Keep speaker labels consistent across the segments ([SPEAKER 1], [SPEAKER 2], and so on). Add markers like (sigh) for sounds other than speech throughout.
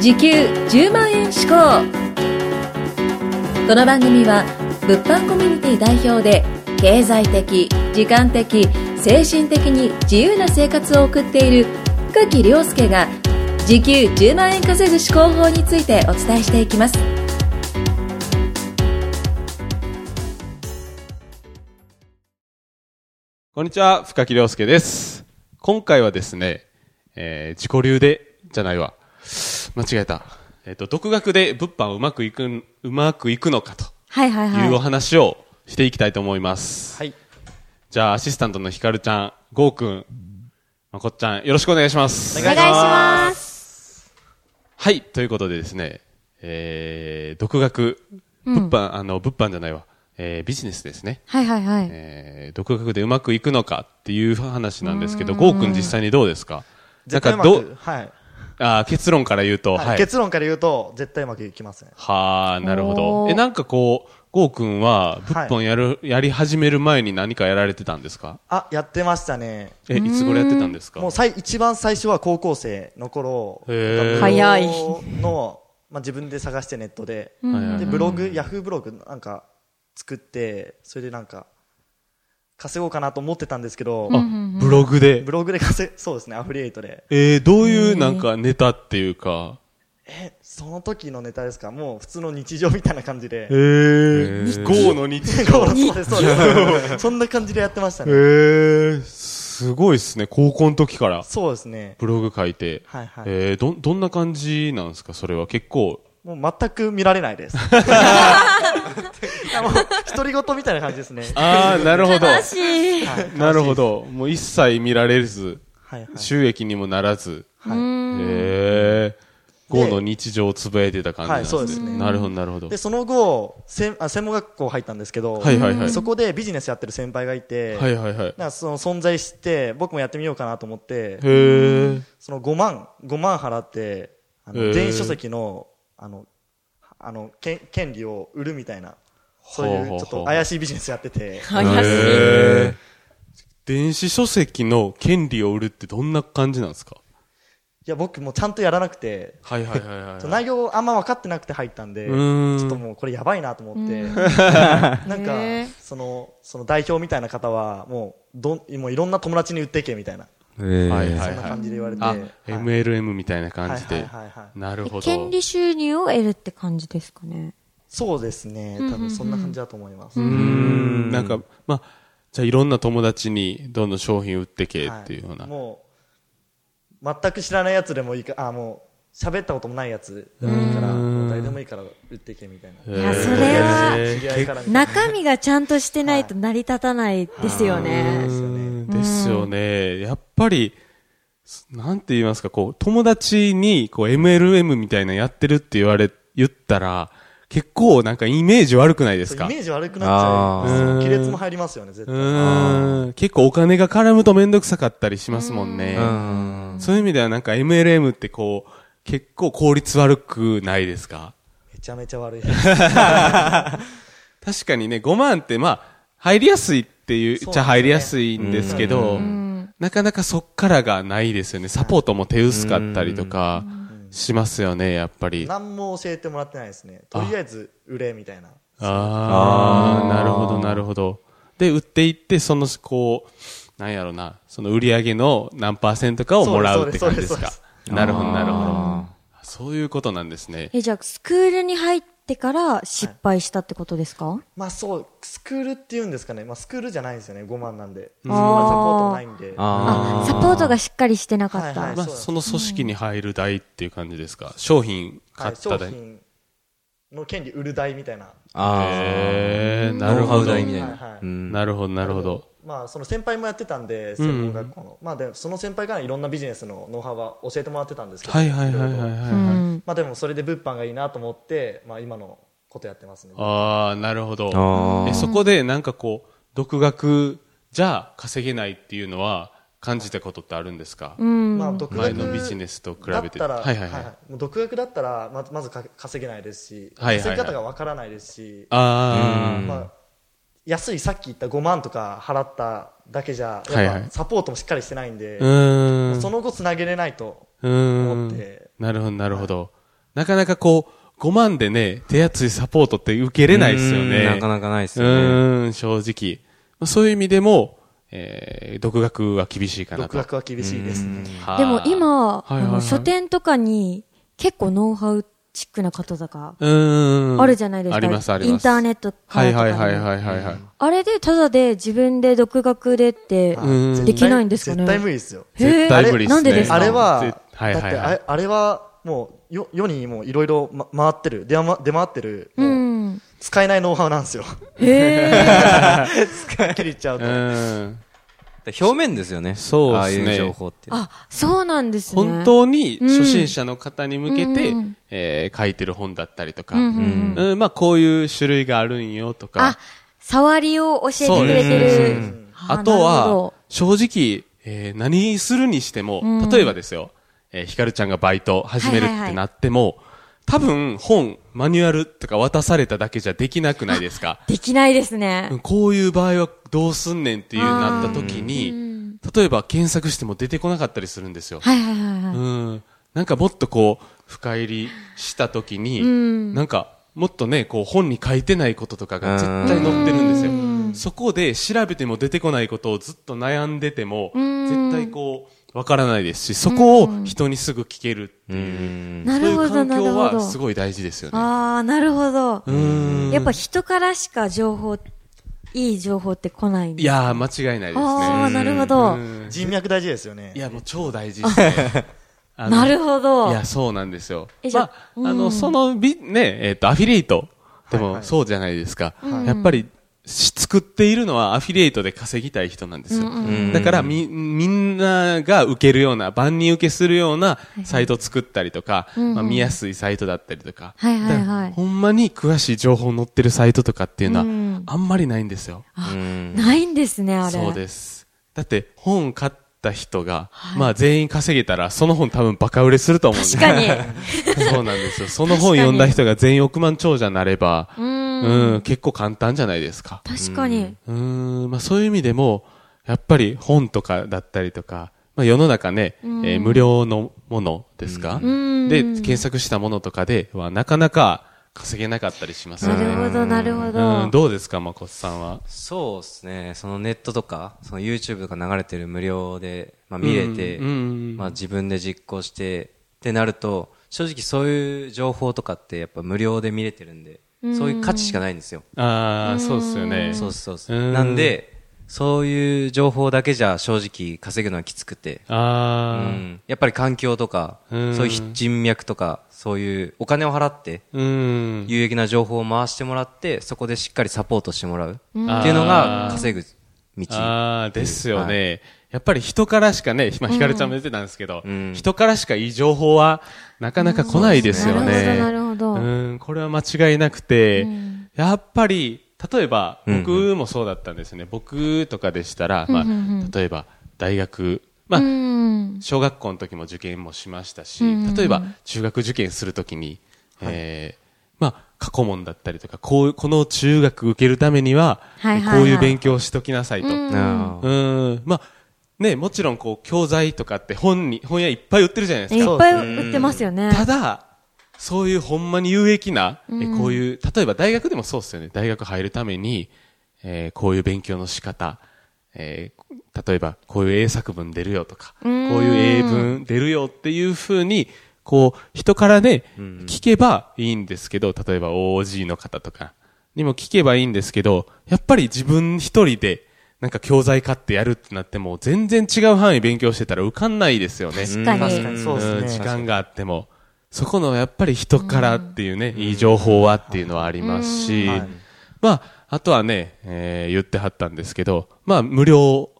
[SPEAKER 1] 時給10万円志向この番組は物販コミュニティ代表で経済的時間的精神的に自由な生活を送っている深木亮介が時給10万円稼ぐ思考法についてお伝えしていきます
[SPEAKER 2] こんにちは、深木亮介です。今回はですね、えー自己流で、じゃないわ。間違えた。えっ、と、独学で物販をうまくいくん、うまくいくのかと
[SPEAKER 1] はいはい
[SPEAKER 2] いうお話をしていきたいと思います。
[SPEAKER 3] はい。
[SPEAKER 2] じゃあ、アシスタントのひかるちゃん、ゴーくん、まこっちゃん、よろしくお願いします。
[SPEAKER 3] お願いします。
[SPEAKER 2] はい、ということでですね、えー、独学、物販、あの、物販じゃないわ、えー、ビジネスですね。
[SPEAKER 1] はいはいはい
[SPEAKER 2] えー独学でうまくいくのかっていう話なんですけど、ゴー君実際にどうですかなん
[SPEAKER 3] 絶対う
[SPEAKER 2] か
[SPEAKER 3] ま
[SPEAKER 2] ど
[SPEAKER 3] く
[SPEAKER 2] う、、
[SPEAKER 3] はい、
[SPEAKER 2] あー結論から言うと、
[SPEAKER 3] はい
[SPEAKER 2] はい。
[SPEAKER 3] 結論から言うと、絶対うまくいきますね。
[SPEAKER 2] はあ、なるほど
[SPEAKER 1] お。ー
[SPEAKER 2] え、なんかこう、ゴー君は、物販やる、やり始める前に何かやられてたんですか
[SPEAKER 3] あ、やってましたね。
[SPEAKER 2] え、いつ頃やってたんですか
[SPEAKER 3] もう最、一番最初は高校生の頃、
[SPEAKER 2] へー
[SPEAKER 1] 早い
[SPEAKER 3] の、まあ、自分で探してネットで、
[SPEAKER 2] はいはいはい
[SPEAKER 3] で、ブログ、ヤフーブログなんか作って、それでなんか、稼ごうかなと思ってたんですけど、
[SPEAKER 2] あ、ブログで
[SPEAKER 3] ブ。ログで稼い、そうですね、アフリエイトで。
[SPEAKER 2] えーどういうなんかネタっていうか、
[SPEAKER 3] え、その時のネタですかもう普通の日常みたいな感じで
[SPEAKER 2] え。ー、ゴーの日
[SPEAKER 3] (laughs) そう
[SPEAKER 2] 常。
[SPEAKER 3] です、そうです。そんな感じでやってまし
[SPEAKER 2] (laughs)
[SPEAKER 3] た
[SPEAKER 2] え
[SPEAKER 3] ね。
[SPEAKER 2] ー、すごいですね。高校の時から、
[SPEAKER 3] そうですね。
[SPEAKER 2] ブログ書いて。
[SPEAKER 3] はいはい。
[SPEAKER 2] えー、ど、どんな感じなんですかそれは結構、
[SPEAKER 3] もう全く見られない (laughs) です。もう独り言みたいな感じですね。
[SPEAKER 2] ああ、なるほど。
[SPEAKER 4] 悲しい。
[SPEAKER 3] はい
[SPEAKER 2] なるほ。ど。もう一切見られず、
[SPEAKER 3] はいはい。
[SPEAKER 2] 収益にもならず、
[SPEAKER 3] はい
[SPEAKER 2] へえ、ゴーの日常をつぶやいてた感じなんですね。
[SPEAKER 3] はいそうですね
[SPEAKER 2] なるほど、なるほど
[SPEAKER 3] で、。その後、専あ専門学校入ったんですけど、
[SPEAKER 2] はいはいはい
[SPEAKER 3] そこでビジネスやってる先輩がいて、
[SPEAKER 2] はいはいはい。へ
[SPEAKER 3] なんかその存在知って、僕もやってみようかなと思って、
[SPEAKER 2] え、
[SPEAKER 3] その5万、5万払って、あ
[SPEAKER 2] へ
[SPEAKER 3] の
[SPEAKER 2] ー
[SPEAKER 3] 電子書籍の、あの、あの、けん権利を売るみたいな、そうい
[SPEAKER 2] ほう
[SPEAKER 3] うち
[SPEAKER 2] ほうほ
[SPEAKER 3] ょ
[SPEAKER 2] う
[SPEAKER 3] っと怪しいビジネスやってて、
[SPEAKER 4] 怪し
[SPEAKER 2] へ
[SPEAKER 4] い。
[SPEAKER 2] え電子書籍の権利を売るってどんな感じなんですか
[SPEAKER 3] いや、僕もうちゃんとやらなくて、
[SPEAKER 2] はいはいはいはい。
[SPEAKER 3] ちょ内容あんま分かってなくて入ったんで、
[SPEAKER 2] うーん
[SPEAKER 3] ちょっともうこれやば (laughs) いなと思って、なんか
[SPEAKER 4] へー、
[SPEAKER 3] その、その代表みたいな方は、もう、どん、もういろんな友達に売っていけみたいな、
[SPEAKER 2] はいはい
[SPEAKER 3] そんな
[SPEAKER 2] は
[SPEAKER 3] 感じで言われ
[SPEAKER 2] い。
[SPEAKER 3] て、
[SPEAKER 2] あ
[SPEAKER 3] はい、
[SPEAKER 2] MLM みたいな感じで
[SPEAKER 3] はいはい。はいはい
[SPEAKER 2] なるほど。
[SPEAKER 4] 権利収入を得るって感じですかね。
[SPEAKER 3] そうですね、多分そんな感じだと思います。
[SPEAKER 2] うんなんか、まあ、じゃあいろんな友達にどんどん商品売ってけ
[SPEAKER 3] は
[SPEAKER 2] っていうような。
[SPEAKER 3] もう、全く知らないやつでもいいか、あ、もう、喋ったこともないやつでもいいから、もう誰でもいいから売っていけみたいな。
[SPEAKER 2] い
[SPEAKER 4] やそれは
[SPEAKER 3] 知り合いからみたいな。
[SPEAKER 4] 中身がちゃんとしてないと成り立たないですよね。
[SPEAKER 2] うんですよね。やっぱり、すなんて言いますか、こう、友達に、こう、MLM みたいなのやってるって言われ、言ったら、結構なんかイメージ悪くないです
[SPEAKER 3] そう
[SPEAKER 2] か
[SPEAKER 3] イメージ悪くなっちゃ
[SPEAKER 2] あー
[SPEAKER 3] う。亀裂も入りますよね、絶
[SPEAKER 2] う
[SPEAKER 3] 対。
[SPEAKER 2] ーん。結構お金が絡むとめんどくさかったりしますもんね。そういう意味ではなんか MLM ってこう、結構効率悪くないですか
[SPEAKER 3] めちゃめちゃ悪い。
[SPEAKER 2] 確かにね、5万ってまあ、入りやすいっていう、
[SPEAKER 3] そうですね
[SPEAKER 2] じゃ入りやすいんですけど、なかなかそっからがないですよね。サポートも手薄かったりとか、しますよね、やっぱり。あ
[SPEAKER 3] 何も教えてもらってないですね。とりあえず売れみたいな。
[SPEAKER 2] あー、なるほど、なるほど。で、売っていって、その、こう、なんやろな、その売り上げの何パーセントかをもらうって感じです
[SPEAKER 3] そうで
[SPEAKER 2] か
[SPEAKER 3] すそ。
[SPEAKER 2] なるほど、なるほど。そういうことなんですね。
[SPEAKER 4] え、じゃあ、スクールに入ってから失敗したってことですか、
[SPEAKER 3] まあそう、スクールっていうんですかね。まあスクールじゃないんですよね、5万なんで。そん
[SPEAKER 4] ん
[SPEAKER 3] なサポートもないんで。
[SPEAKER 4] あ、サポートがしっかりしてなかった。
[SPEAKER 3] はいはい
[SPEAKER 2] まあ、
[SPEAKER 3] そうです
[SPEAKER 2] その組織に入る代っていう感じですか。商品買っ
[SPEAKER 3] はい、
[SPEAKER 2] た
[SPEAKER 3] 商
[SPEAKER 2] 代。
[SPEAKER 3] 品の権利売る代みたいな。
[SPEAKER 2] へーなるほど。
[SPEAKER 5] 代み
[SPEAKER 3] は
[SPEAKER 5] た
[SPEAKER 3] い
[SPEAKER 5] いな
[SPEAKER 3] は
[SPEAKER 5] う
[SPEAKER 3] い。
[SPEAKER 5] ん
[SPEAKER 2] なるほど、なるほど。
[SPEAKER 3] まあその先輩もやってたんで、専門学校の。まあでもその先輩からいろんなビジネスのノウハウは教えてもらってたんですけど。
[SPEAKER 2] はいはいはいはい
[SPEAKER 3] ろ
[SPEAKER 2] はい
[SPEAKER 3] ろ。
[SPEAKER 2] はい。
[SPEAKER 4] うん。
[SPEAKER 3] まあでもそれで物販がいいなと思って、まあ今のことやってますね。
[SPEAKER 2] ああ、なるほど。
[SPEAKER 5] あ
[SPEAKER 2] えそこでなんかこう、独学じゃ稼げないっていうのは感じたことってあるんですか、
[SPEAKER 4] うん。
[SPEAKER 3] まあ独
[SPEAKER 2] 前
[SPEAKER 3] 学
[SPEAKER 2] のビジネスと比
[SPEAKER 3] だ
[SPEAKER 2] べ。
[SPEAKER 3] ってたら、
[SPEAKER 2] はいはいはい。
[SPEAKER 3] もう独学だったらままずか稼げないですし、
[SPEAKER 2] はいはいはい
[SPEAKER 3] 稼ぎ方がわからないですし、
[SPEAKER 2] あ
[SPEAKER 3] まあ、安いさっき言った5万とか払っただけじゃ
[SPEAKER 2] はい
[SPEAKER 3] や
[SPEAKER 2] は
[SPEAKER 3] っ
[SPEAKER 2] い
[SPEAKER 3] ぱサポートもしっかりしてないんで、
[SPEAKER 2] あ、うーん。
[SPEAKER 3] その後つなげれないと
[SPEAKER 2] うーん
[SPEAKER 3] 思って
[SPEAKER 2] なるほど、なるほど。なかなかこう、5万でね、手厚いサポートって受けれないですよね。
[SPEAKER 5] うんなかなかないです
[SPEAKER 2] う
[SPEAKER 5] よね。
[SPEAKER 2] ーん、正直。まあそういう意味でも、えー、独学は厳しいかなと。
[SPEAKER 3] 独学は厳しいですね。
[SPEAKER 2] はあ
[SPEAKER 4] でも今、
[SPEAKER 2] はいはいはい
[SPEAKER 4] あの書店とかに結構ノウハウチックな方とか
[SPEAKER 2] うーん。
[SPEAKER 4] あるじゃないですか。
[SPEAKER 2] あります、あります。
[SPEAKER 4] インターネットか
[SPEAKER 2] は
[SPEAKER 4] ら
[SPEAKER 2] い
[SPEAKER 4] とか
[SPEAKER 2] は
[SPEAKER 4] に
[SPEAKER 2] いはいはいはいはい。
[SPEAKER 4] あれでただで自分で独学でって
[SPEAKER 3] あ、
[SPEAKER 2] うん
[SPEAKER 3] 絶対
[SPEAKER 4] できないんですかね
[SPEAKER 3] 絶対無理ですよ。
[SPEAKER 4] へー
[SPEAKER 2] 絶対無理っすね
[SPEAKER 4] なんでですか
[SPEAKER 3] あれは、
[SPEAKER 2] ぜはいはいはい
[SPEAKER 3] だってあれあれは、もうよ世にもういろいろま回ってる、出回出回ってる、
[SPEAKER 4] う。
[SPEAKER 3] もうん使えないノウハウなん
[SPEAKER 2] (laughs)
[SPEAKER 3] ですよ。
[SPEAKER 4] へえ。
[SPEAKER 3] 使い切っちゃう
[SPEAKER 2] う
[SPEAKER 3] と。
[SPEAKER 2] ーん。
[SPEAKER 5] 表面ですよね。
[SPEAKER 2] そうですね
[SPEAKER 5] ああいう情報って。
[SPEAKER 4] あ、そうなんですね。
[SPEAKER 2] 本当に初心者の方に向けて、
[SPEAKER 4] うん
[SPEAKER 2] えー書いてる本だったりとか、
[SPEAKER 4] う
[SPEAKER 2] うんん
[SPEAKER 4] うんうん
[SPEAKER 2] まあこういう種類があるんよと
[SPEAKER 4] あ
[SPEAKER 2] か、、
[SPEAKER 4] 触りを教えてくれて
[SPEAKER 2] そう
[SPEAKER 5] です
[SPEAKER 4] る
[SPEAKER 5] ね。
[SPEAKER 2] あと
[SPEAKER 4] なるほ
[SPEAKER 2] は
[SPEAKER 4] ど、
[SPEAKER 2] 正直、えー何するにしても、
[SPEAKER 4] うん
[SPEAKER 2] 例えばですよ、えーひかるちゃんがバイト始めるっ
[SPEAKER 4] はいはいは
[SPEAKER 2] て
[SPEAKER 4] い
[SPEAKER 2] なっても、多分本、マニュアルとか渡されただけじゃできなくないですか。
[SPEAKER 4] できないですね
[SPEAKER 2] うん。こういう場合はどうすんねんっていうなった時
[SPEAKER 4] う
[SPEAKER 2] に、
[SPEAKER 4] ん
[SPEAKER 2] 例えば検索しても出てこなかったりするんですよ。
[SPEAKER 4] はいはいはいはい。
[SPEAKER 2] うん。なんかもっとこう、深入りした時に、
[SPEAKER 4] ん
[SPEAKER 2] なんか、もっとね、こう本に書いてないこととかが絶対載ってるんですよ。そこで調べても出てこないことをずっと悩んでても、
[SPEAKER 4] ん
[SPEAKER 2] 絶対こう、わからないですし、そこを人にすぐ聞けるって
[SPEAKER 5] う
[SPEAKER 2] いう、
[SPEAKER 5] ん。
[SPEAKER 4] な
[SPEAKER 2] そうい
[SPEAKER 4] るほ
[SPEAKER 2] う
[SPEAKER 4] ど、
[SPEAKER 2] 環
[SPEAKER 4] なる
[SPEAKER 2] 境
[SPEAKER 4] ほど
[SPEAKER 2] は。すごい大事ですよね。
[SPEAKER 4] ああ、なるほど。
[SPEAKER 2] うん
[SPEAKER 4] やっぱ人からしか情報、いい情報って来ないんで
[SPEAKER 2] いやー、間違いないですね。
[SPEAKER 4] ああ、なるほど
[SPEAKER 2] う。ん
[SPEAKER 3] 人脈大事ですよね
[SPEAKER 2] い。や、もう超大事です
[SPEAKER 4] (laughs)
[SPEAKER 2] ね。あの
[SPEAKER 4] なるほど。
[SPEAKER 2] いや、そうなんですよ
[SPEAKER 4] え。じゃ
[SPEAKER 2] ま
[SPEAKER 4] あ
[SPEAKER 2] あ、あの、その、び、ね、えっと、アフィリエイトで
[SPEAKER 3] はいは
[SPEAKER 2] も
[SPEAKER 3] い
[SPEAKER 2] そうじゃないですか。やっぱり、し作っているのはアフィリエイトで稼ぎたい人なんですよ。
[SPEAKER 5] ん
[SPEAKER 2] だから、み、みんなが受けるような、万人受けするようなサイト作ったりとか、まあ、見やすいサイトだったりとか。
[SPEAKER 4] はいはいはい
[SPEAKER 2] だからほんまに詳しい情報載ってるサイトとかっていうの
[SPEAKER 4] う
[SPEAKER 2] は
[SPEAKER 4] ん、
[SPEAKER 2] あんまりないんですよ。
[SPEAKER 5] うん
[SPEAKER 4] ないんですね、あれ。
[SPEAKER 2] そうです。だって、本買った人が、まあ全員稼げたら、その本多分バカ売れすると思うんです
[SPEAKER 4] 確かに。
[SPEAKER 2] (laughs) そうなんですよ。その本読んだ人が全員億万長者になれば、
[SPEAKER 4] う。
[SPEAKER 2] うんん、結構簡単じゃないですか。
[SPEAKER 4] 確かに。
[SPEAKER 2] うん、まあそういう意味でも、やっぱり本とかだったりとか、まあ世の中ね、えー無料のものですか、
[SPEAKER 4] ん
[SPEAKER 2] で、検索したものとかではなかなか稼げなかったりしますよ
[SPEAKER 4] な
[SPEAKER 2] ね。
[SPEAKER 4] るほど、なるほ
[SPEAKER 2] うん、
[SPEAKER 4] ど。
[SPEAKER 2] どうですか、まこっさんは。
[SPEAKER 5] そうですね。そのネットとか、その YouTube とか流れてる無料で、まあ見れて、
[SPEAKER 2] うんうん
[SPEAKER 5] まあ自分で実行して、ってなると、正直そういう情報とかってやっぱ無料で見れてるんで、そういう価値しかないんですよ。
[SPEAKER 2] ああ、そうですよね。
[SPEAKER 5] そうそうそうう。
[SPEAKER 2] ん
[SPEAKER 5] なんで、そういう情報だけじゃ正直稼ぐのはきつくて、う
[SPEAKER 2] あ
[SPEAKER 5] んやっぱり環境とか、そう
[SPEAKER 2] うん
[SPEAKER 5] いうひ人脈とか、そういうお金を払って、
[SPEAKER 2] あ、うん。
[SPEAKER 5] 有益な情報を回してもらって、そこでしっかりサポートしてもらうっていう
[SPEAKER 2] あー
[SPEAKER 5] のが稼ぐ道。
[SPEAKER 2] ああ、ですよね。
[SPEAKER 5] は
[SPEAKER 2] やっぱり人からしかね、まあ、ひかるちゃんも言ってたんですけど、
[SPEAKER 5] うん
[SPEAKER 2] 人からしかいい情報はなかなか来ないですよね。
[SPEAKER 4] うんなるほどなるほど
[SPEAKER 2] うん、これは間違いなくて、やっぱり、例えば、
[SPEAKER 5] うん
[SPEAKER 2] 僕もそうだったんですね。僕とかでしたら、まあ
[SPEAKER 4] うんうんうん、
[SPEAKER 2] 例えば、大学、まあ
[SPEAKER 4] う、ん。
[SPEAKER 2] 小学校の時も受験もしましたし、
[SPEAKER 4] うんうん
[SPEAKER 2] 例えば中学受験するときに、えーまあ、過去問だったりとか、こう、この中学受けるためには、
[SPEAKER 4] はいはいはい
[SPEAKER 2] こういう勉強をしときなさいと。
[SPEAKER 4] うん
[SPEAKER 5] あ
[SPEAKER 2] う
[SPEAKER 5] ー
[SPEAKER 2] んまあ、ね、もちろんこう、教材とかって本に、本屋いっぱい売ってるじゃないです
[SPEAKER 4] い
[SPEAKER 2] か。
[SPEAKER 4] っぱい売ってますよね。
[SPEAKER 2] ただ、そういうほんまに有益な、えこういう、例えば大学でもそうですよね。大学入るために、えーこういう勉強の仕方、えー例えばこういう英作文出るよとか、こういう英文出るよっていうふうに、こう、人からね、聞けばいいんですけど、例えば OG の方とかにも聞けばいいんですけど、やっぱり自分一人で、なんか教材買ってやるってなっても、全然違う範囲勉強してたら受かんないですよね。
[SPEAKER 4] 確か
[SPEAKER 3] 確
[SPEAKER 4] に
[SPEAKER 3] か。にそう
[SPEAKER 2] うん
[SPEAKER 3] です
[SPEAKER 2] 時
[SPEAKER 3] ね。
[SPEAKER 2] 間があっても、そこのやっぱり人からっていうね、いい情報はっていうのはありますし、
[SPEAKER 3] はい
[SPEAKER 2] まあ、あとはね、えー言ってはったんですけど、まあ、無料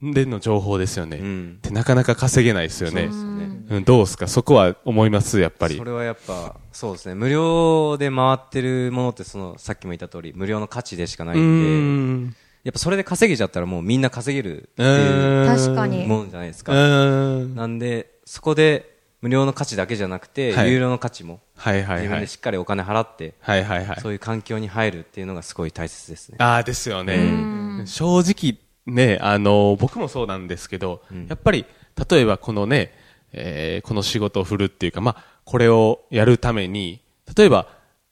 [SPEAKER 2] での情報ですよね。
[SPEAKER 5] うん
[SPEAKER 2] ってなかなか稼げないですよね。
[SPEAKER 5] そうですよね
[SPEAKER 2] うんどうですかそこは思います、やっぱり
[SPEAKER 5] そ。れはやっぱ、そうですね。無料で回ってるものって、その、さっきも言った通り、無料の価値でしかな
[SPEAKER 2] う
[SPEAKER 5] い
[SPEAKER 2] ん
[SPEAKER 5] んで、やっぱそれで稼げちゃったらもうみんな稼げるって
[SPEAKER 2] う
[SPEAKER 5] い
[SPEAKER 2] ん
[SPEAKER 4] 確か
[SPEAKER 5] う
[SPEAKER 4] に。
[SPEAKER 5] もんじゃないです
[SPEAKER 2] う
[SPEAKER 5] か。
[SPEAKER 2] ん
[SPEAKER 5] なんで、そこで、無料の価値だけじゃなくて、
[SPEAKER 2] はい
[SPEAKER 5] 有料の価値も、
[SPEAKER 2] はいはい
[SPEAKER 5] 自
[SPEAKER 2] は
[SPEAKER 5] 分で
[SPEAKER 2] い。
[SPEAKER 5] しっかりお金払って、
[SPEAKER 2] はいはいはい。
[SPEAKER 5] そういう環境に入るっていうのがすごい大切ですね。
[SPEAKER 2] ああ、ですよね。正直ね、あの、僕もそうなんですけど、やっぱり、例えばこのね、えーこの仕事を振るっていうか、まあ、これをやるために、例えば、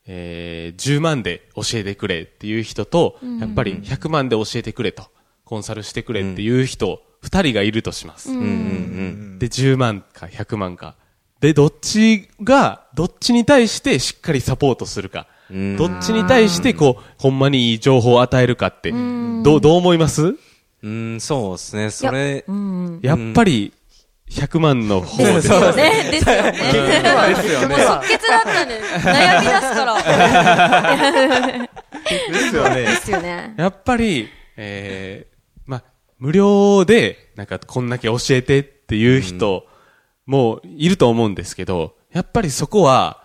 [SPEAKER 2] えー10万で教えてくれっていう人と、やっぱり100万で教えてくれと、コンサルしてくれっていう人、2人がいるとします。
[SPEAKER 5] うんうん
[SPEAKER 2] で、10万か100万か。で、どっちが、どっちに対してしっかりサポートするか。
[SPEAKER 5] うん
[SPEAKER 2] どっちに対して、こう、ほんまにいい情報を与えるかって、どう、どう思います
[SPEAKER 5] うん。うん、そうですね。それ、
[SPEAKER 4] うん。
[SPEAKER 2] やっぱり、100万の方です。
[SPEAKER 4] (laughs) そうね。ですよね。
[SPEAKER 3] ですよ
[SPEAKER 4] もう即決だったね。悩み出す
[SPEAKER 2] (laughs)
[SPEAKER 4] から。
[SPEAKER 2] ですよね
[SPEAKER 4] で。すよね。
[SPEAKER 2] やっぱり、えー、まあ、無料で、なんか、こんだけ教えてっていう人もいると思うんですけど、やっぱりそこは、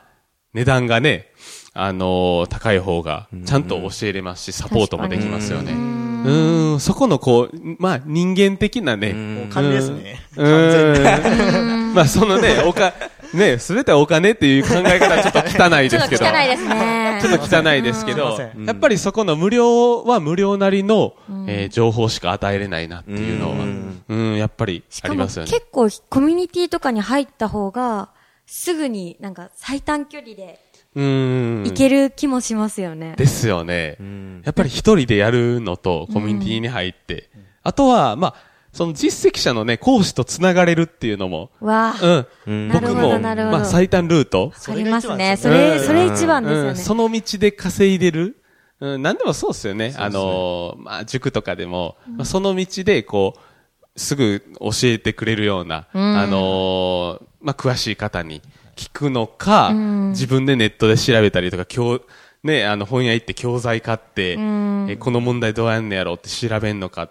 [SPEAKER 2] 値段がね、あのー高い方が、ちゃんと教えれますし、サポートもできますよね。うん、そこのこう、まあ、人間的なね、
[SPEAKER 3] もう金ですね。 (laughs)
[SPEAKER 2] うー (laughs) ん。まあ、そのね、おか、ね、すべてはお金っていう考え方 (laughs) はちょっと汚い
[SPEAKER 4] ち
[SPEAKER 2] で
[SPEAKER 4] ょ
[SPEAKER 2] す
[SPEAKER 4] っと
[SPEAKER 2] けど。
[SPEAKER 4] 汚いですね
[SPEAKER 2] ち。ょっと汚いですけど、
[SPEAKER 3] すいませ
[SPEAKER 2] うんやっぱりそこの無料は無料なりの、えー情報しか与えれないなっていうのは、うん、やっぱり
[SPEAKER 4] し
[SPEAKER 2] あ
[SPEAKER 4] か
[SPEAKER 2] り
[SPEAKER 4] も
[SPEAKER 2] ますよね
[SPEAKER 4] 結。構コミュニティとかに入った方が、すぐになんか最短距離で
[SPEAKER 2] うん。
[SPEAKER 4] 行ける気もしますよね。
[SPEAKER 2] ですよね。
[SPEAKER 5] ん
[SPEAKER 2] やっぱり一人でやるのと、コミュニティに入って、あとは、まあ、その実績者のね、講師と繋がれるっていうのも、
[SPEAKER 4] わあ。
[SPEAKER 2] うん。
[SPEAKER 5] うん
[SPEAKER 4] なる
[SPEAKER 2] 僕
[SPEAKER 4] ほど
[SPEAKER 2] も、
[SPEAKER 4] なるほど
[SPEAKER 2] まあ、最短ルート。
[SPEAKER 4] わかりますね。そ
[SPEAKER 3] そ
[SPEAKER 2] れ
[SPEAKER 4] れ、
[SPEAKER 2] が一番ですよね
[SPEAKER 4] それ一番
[SPEAKER 2] うん、
[SPEAKER 4] ですよ
[SPEAKER 2] そ
[SPEAKER 4] ね。
[SPEAKER 2] の道で稼いでる。うん、なんでもそうですよね。あのー、まあ、塾とかでも、まあ、その道で、こう、すぐ教えてくれるような、あのー、まあ、詳しい方に聞くのか、自分でネットで調べたりとか、教、ね、あの、本屋行って教材買って、えーこの問題どうやんのやろうって調べんのか、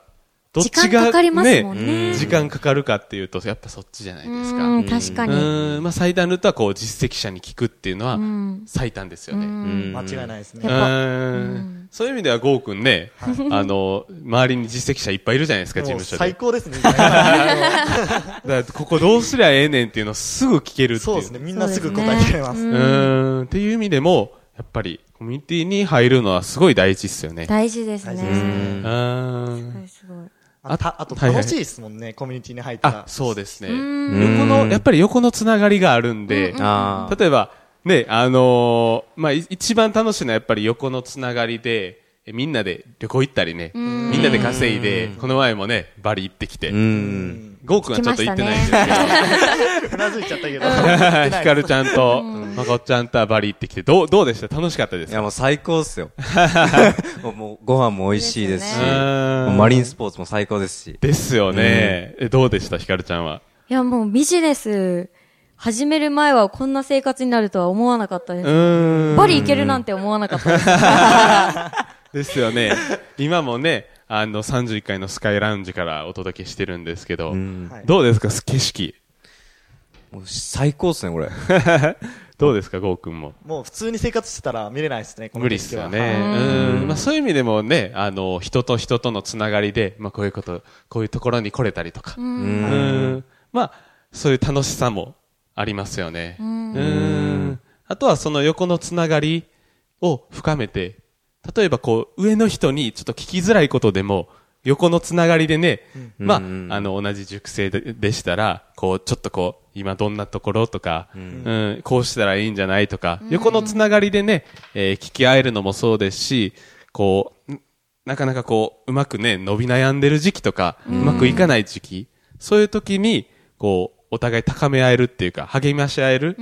[SPEAKER 2] どっちが、
[SPEAKER 4] 時間かかりますもんね
[SPEAKER 2] 時間かかるかっていうと、やっぱそっちじゃないですか。
[SPEAKER 4] うん、確かに。
[SPEAKER 2] うん、まあ、最短ルートはこう実績者に聞くっていうのは最短ですよね。うん
[SPEAKER 5] うん
[SPEAKER 3] 間違いないですね。
[SPEAKER 2] そういう意味ではゴーくんね、あの、周りに実績者いっぱいいるじゃないですか、事
[SPEAKER 3] もう
[SPEAKER 2] 務所で。
[SPEAKER 3] 最高ですね。
[SPEAKER 2] だからここどうすりゃええねんっていうのをすぐ聞けるっていう。
[SPEAKER 3] そうですね。。みんなすぐ答えてくれます。
[SPEAKER 2] うん、っていう意味でも、やっぱりコミュニティに入るのはすごい大事ですよね。
[SPEAKER 4] 大事ですね。
[SPEAKER 2] う
[SPEAKER 4] すご
[SPEAKER 2] ん。
[SPEAKER 4] いすごい。
[SPEAKER 2] あ
[SPEAKER 3] あたあと
[SPEAKER 2] はいはい
[SPEAKER 3] 楽しいですもんね、コミュニティに入った
[SPEAKER 2] あ
[SPEAKER 3] ら、。
[SPEAKER 2] そうですね。
[SPEAKER 5] ん
[SPEAKER 2] 横の、やっぱり横のつながりがあるんで、
[SPEAKER 5] ああ。
[SPEAKER 2] 例えば、ね、あのーまあ、い一番楽しいのはやっぱり横のつながりで、えみんなで旅行行ったりね、みんなで稼いで、この前もね、バリ行ってきて
[SPEAKER 5] う、ん。
[SPEAKER 2] ゴーくんはちょっと行ってないんです
[SPEAKER 3] うなずいちゃったけ
[SPEAKER 2] け
[SPEAKER 3] ど。
[SPEAKER 2] (laughs) ど、ヒカルちゃんと、まこっちゃんとはバリ行ってきて、どう、どうでした楽しかったで
[SPEAKER 5] い
[SPEAKER 2] す
[SPEAKER 5] や、
[SPEAKER 2] か
[SPEAKER 5] もう最高っ
[SPEAKER 2] (laughs)
[SPEAKER 5] すよ。もうもうご飯も美味しいですし、
[SPEAKER 4] です
[SPEAKER 2] ねうん
[SPEAKER 5] もうマリンスポーツも最高ですし。
[SPEAKER 2] ですよね。えどうでしたヒカルちゃんは。
[SPEAKER 4] いや、もうビジネス始める前はこんな生活になるとは思わなかったで
[SPEAKER 2] う
[SPEAKER 4] す。
[SPEAKER 2] ーん。
[SPEAKER 4] バリ行けるなんて思わなかったです。
[SPEAKER 2] ですよね。今もね、あの、31階のスカイラウンジからお届けしてるんですけど、
[SPEAKER 3] はい
[SPEAKER 2] どうですか景色。 (laughs)
[SPEAKER 5] もう最高っすね、これ。
[SPEAKER 2] どうですかゴーくんも。
[SPEAKER 3] もう普通に生活してたら見れないですね、この
[SPEAKER 2] 無理っ
[SPEAKER 3] 景
[SPEAKER 2] す
[SPEAKER 3] 色
[SPEAKER 2] よ
[SPEAKER 3] は
[SPEAKER 2] ね。うん。まあそういう意味でもね、あの、人と人とのつながりで、まあこういうこと、こういうところに来れたりとか。う。
[SPEAKER 5] うんん。
[SPEAKER 2] まあ、そういう楽しさもありますよね。うん。あとはその横のつながりを深めて、例えばこう、上の人にちょっと聞きづらいことでも、横のつながりでね、まあ、あの、同じ熟成ででしたら、こう、ちょっとこう、今どんなところとか、うん、こうしたらいいんじゃないとか、横のつながりでね、えー聞き合えるのもそうですし、こう、んなかなかこう、うまくね、伸び悩んでる時期とか、うまくいかない時期、そういう時に、こう、お互い高め合えるっていうか、励まし合える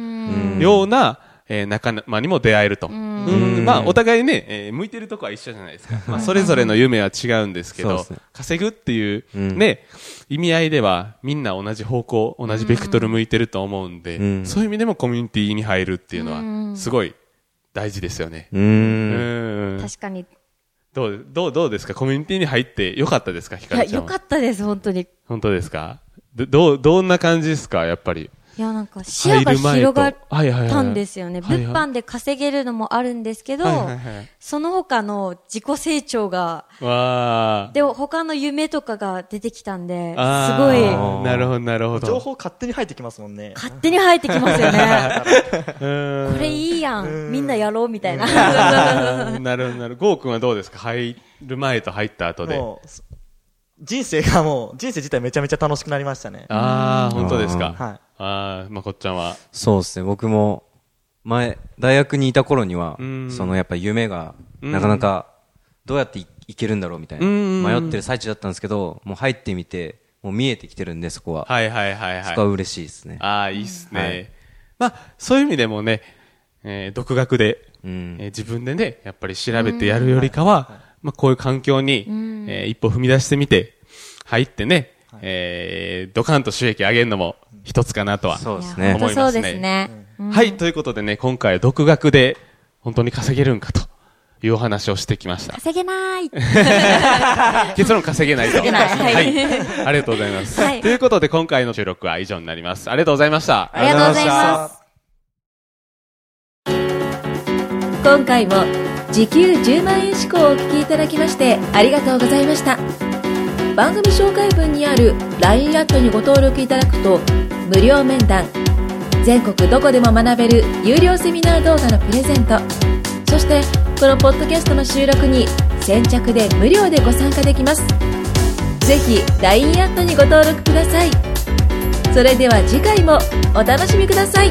[SPEAKER 2] ような、えー仲間にも出会えると。うんまあ、お互いね、えー向いてるとこは一緒じゃないですか。まあ、それぞれの夢は違うんですけ
[SPEAKER 5] そう
[SPEAKER 2] ど
[SPEAKER 5] ですね、
[SPEAKER 2] 稼ぐっていう、ね、意味合いでは、みんな同じ方向、同じベクトル向いてると思うんで、
[SPEAKER 5] うん
[SPEAKER 2] そういう意味でもコミュニティに入るっていうのは、すごい大事ですよね。
[SPEAKER 5] う。
[SPEAKER 2] うんん。
[SPEAKER 4] 確かに。い
[SPEAKER 2] どう、どう、どうですかコミュニティに入ってよかったですかひか
[SPEAKER 4] や、
[SPEAKER 2] りちゃん
[SPEAKER 4] よ
[SPEAKER 2] は。
[SPEAKER 4] かったです、本当に。
[SPEAKER 2] 本当ですかど、どう、どんな感じですかやっぱり。
[SPEAKER 4] いや、なんか視野が
[SPEAKER 2] 入る前
[SPEAKER 4] 広
[SPEAKER 2] と
[SPEAKER 4] がっ
[SPEAKER 2] はいはいはい
[SPEAKER 4] たんですよね。
[SPEAKER 2] はいはい
[SPEAKER 4] 物販で稼げるのもあるんですけど、
[SPEAKER 2] はいはいはい
[SPEAKER 4] その他の自己成長が、
[SPEAKER 2] わー
[SPEAKER 4] で、他の夢とかが出てきたんで、すごい、
[SPEAKER 2] あーなるほど、なるほど。
[SPEAKER 3] 情報勝手に入ってきますもんね。
[SPEAKER 4] 勝手に入ってきますよね。 (laughs)
[SPEAKER 2] うん
[SPEAKER 4] これいいやん。みんなやろうみたいな。 (laughs)
[SPEAKER 2] あーなるほど、なるほど。ゴーくんはどうですか入る前と入った後で。
[SPEAKER 3] もう、人生がもう、人生自体めちゃめちゃ楽しくなりましたね。
[SPEAKER 2] ああ、本当ですか。
[SPEAKER 3] は
[SPEAKER 2] ああ、まこっちゃんは。
[SPEAKER 5] そうですね、僕も、前、大学にいた頃には
[SPEAKER 2] うん、
[SPEAKER 5] そのやっぱ夢が、なかなか、どうやっていいけるんだろうみたいな、
[SPEAKER 2] うん
[SPEAKER 5] 迷ってる最中だったんですけど、もう入ってみて、もう見えてきてるんで、そこは。
[SPEAKER 2] はいはいはい
[SPEAKER 5] そ
[SPEAKER 2] はい
[SPEAKER 5] こ。は嬉しいですね。
[SPEAKER 2] ああ、いいっすね。
[SPEAKER 5] はい
[SPEAKER 2] まあ、そういう意味でもね、えー独学で、
[SPEAKER 5] うん
[SPEAKER 2] えー自分でね、やっぱり調べてやるよりかは、まあ、こういう環境に、えー一歩踏み出してみて、入ってね、えードカンと収益上げるのも一つかなとは。
[SPEAKER 5] そうです
[SPEAKER 4] いや
[SPEAKER 5] ね。
[SPEAKER 4] 本当そうで
[SPEAKER 2] 思
[SPEAKER 4] す
[SPEAKER 2] い
[SPEAKER 4] ね。うん
[SPEAKER 2] はい、ということでね、今回は独学で本当に稼げるんかというお話をしてきま
[SPEAKER 4] (laughs)
[SPEAKER 2] した。
[SPEAKER 4] 稼げない。
[SPEAKER 2] 結論稼げないと。
[SPEAKER 4] 稼げないはい
[SPEAKER 2] はい。ありがとうございます。
[SPEAKER 4] はい
[SPEAKER 2] ということで今回の収録は以上になります。ありがとうございました。
[SPEAKER 4] ありがとうございます。
[SPEAKER 1] 今回も時給10万円志向をお聞きいただきましてありがとうございました番組紹介文にある LINE アットにご登録いただくと無料面談全国どこでも学べる有料セミナー動画のプレゼントそしてこのポッドキャストの収録に先着で無料でご参加できますぜひ LINE アットにご登録くださいそれでは次回もお楽しみください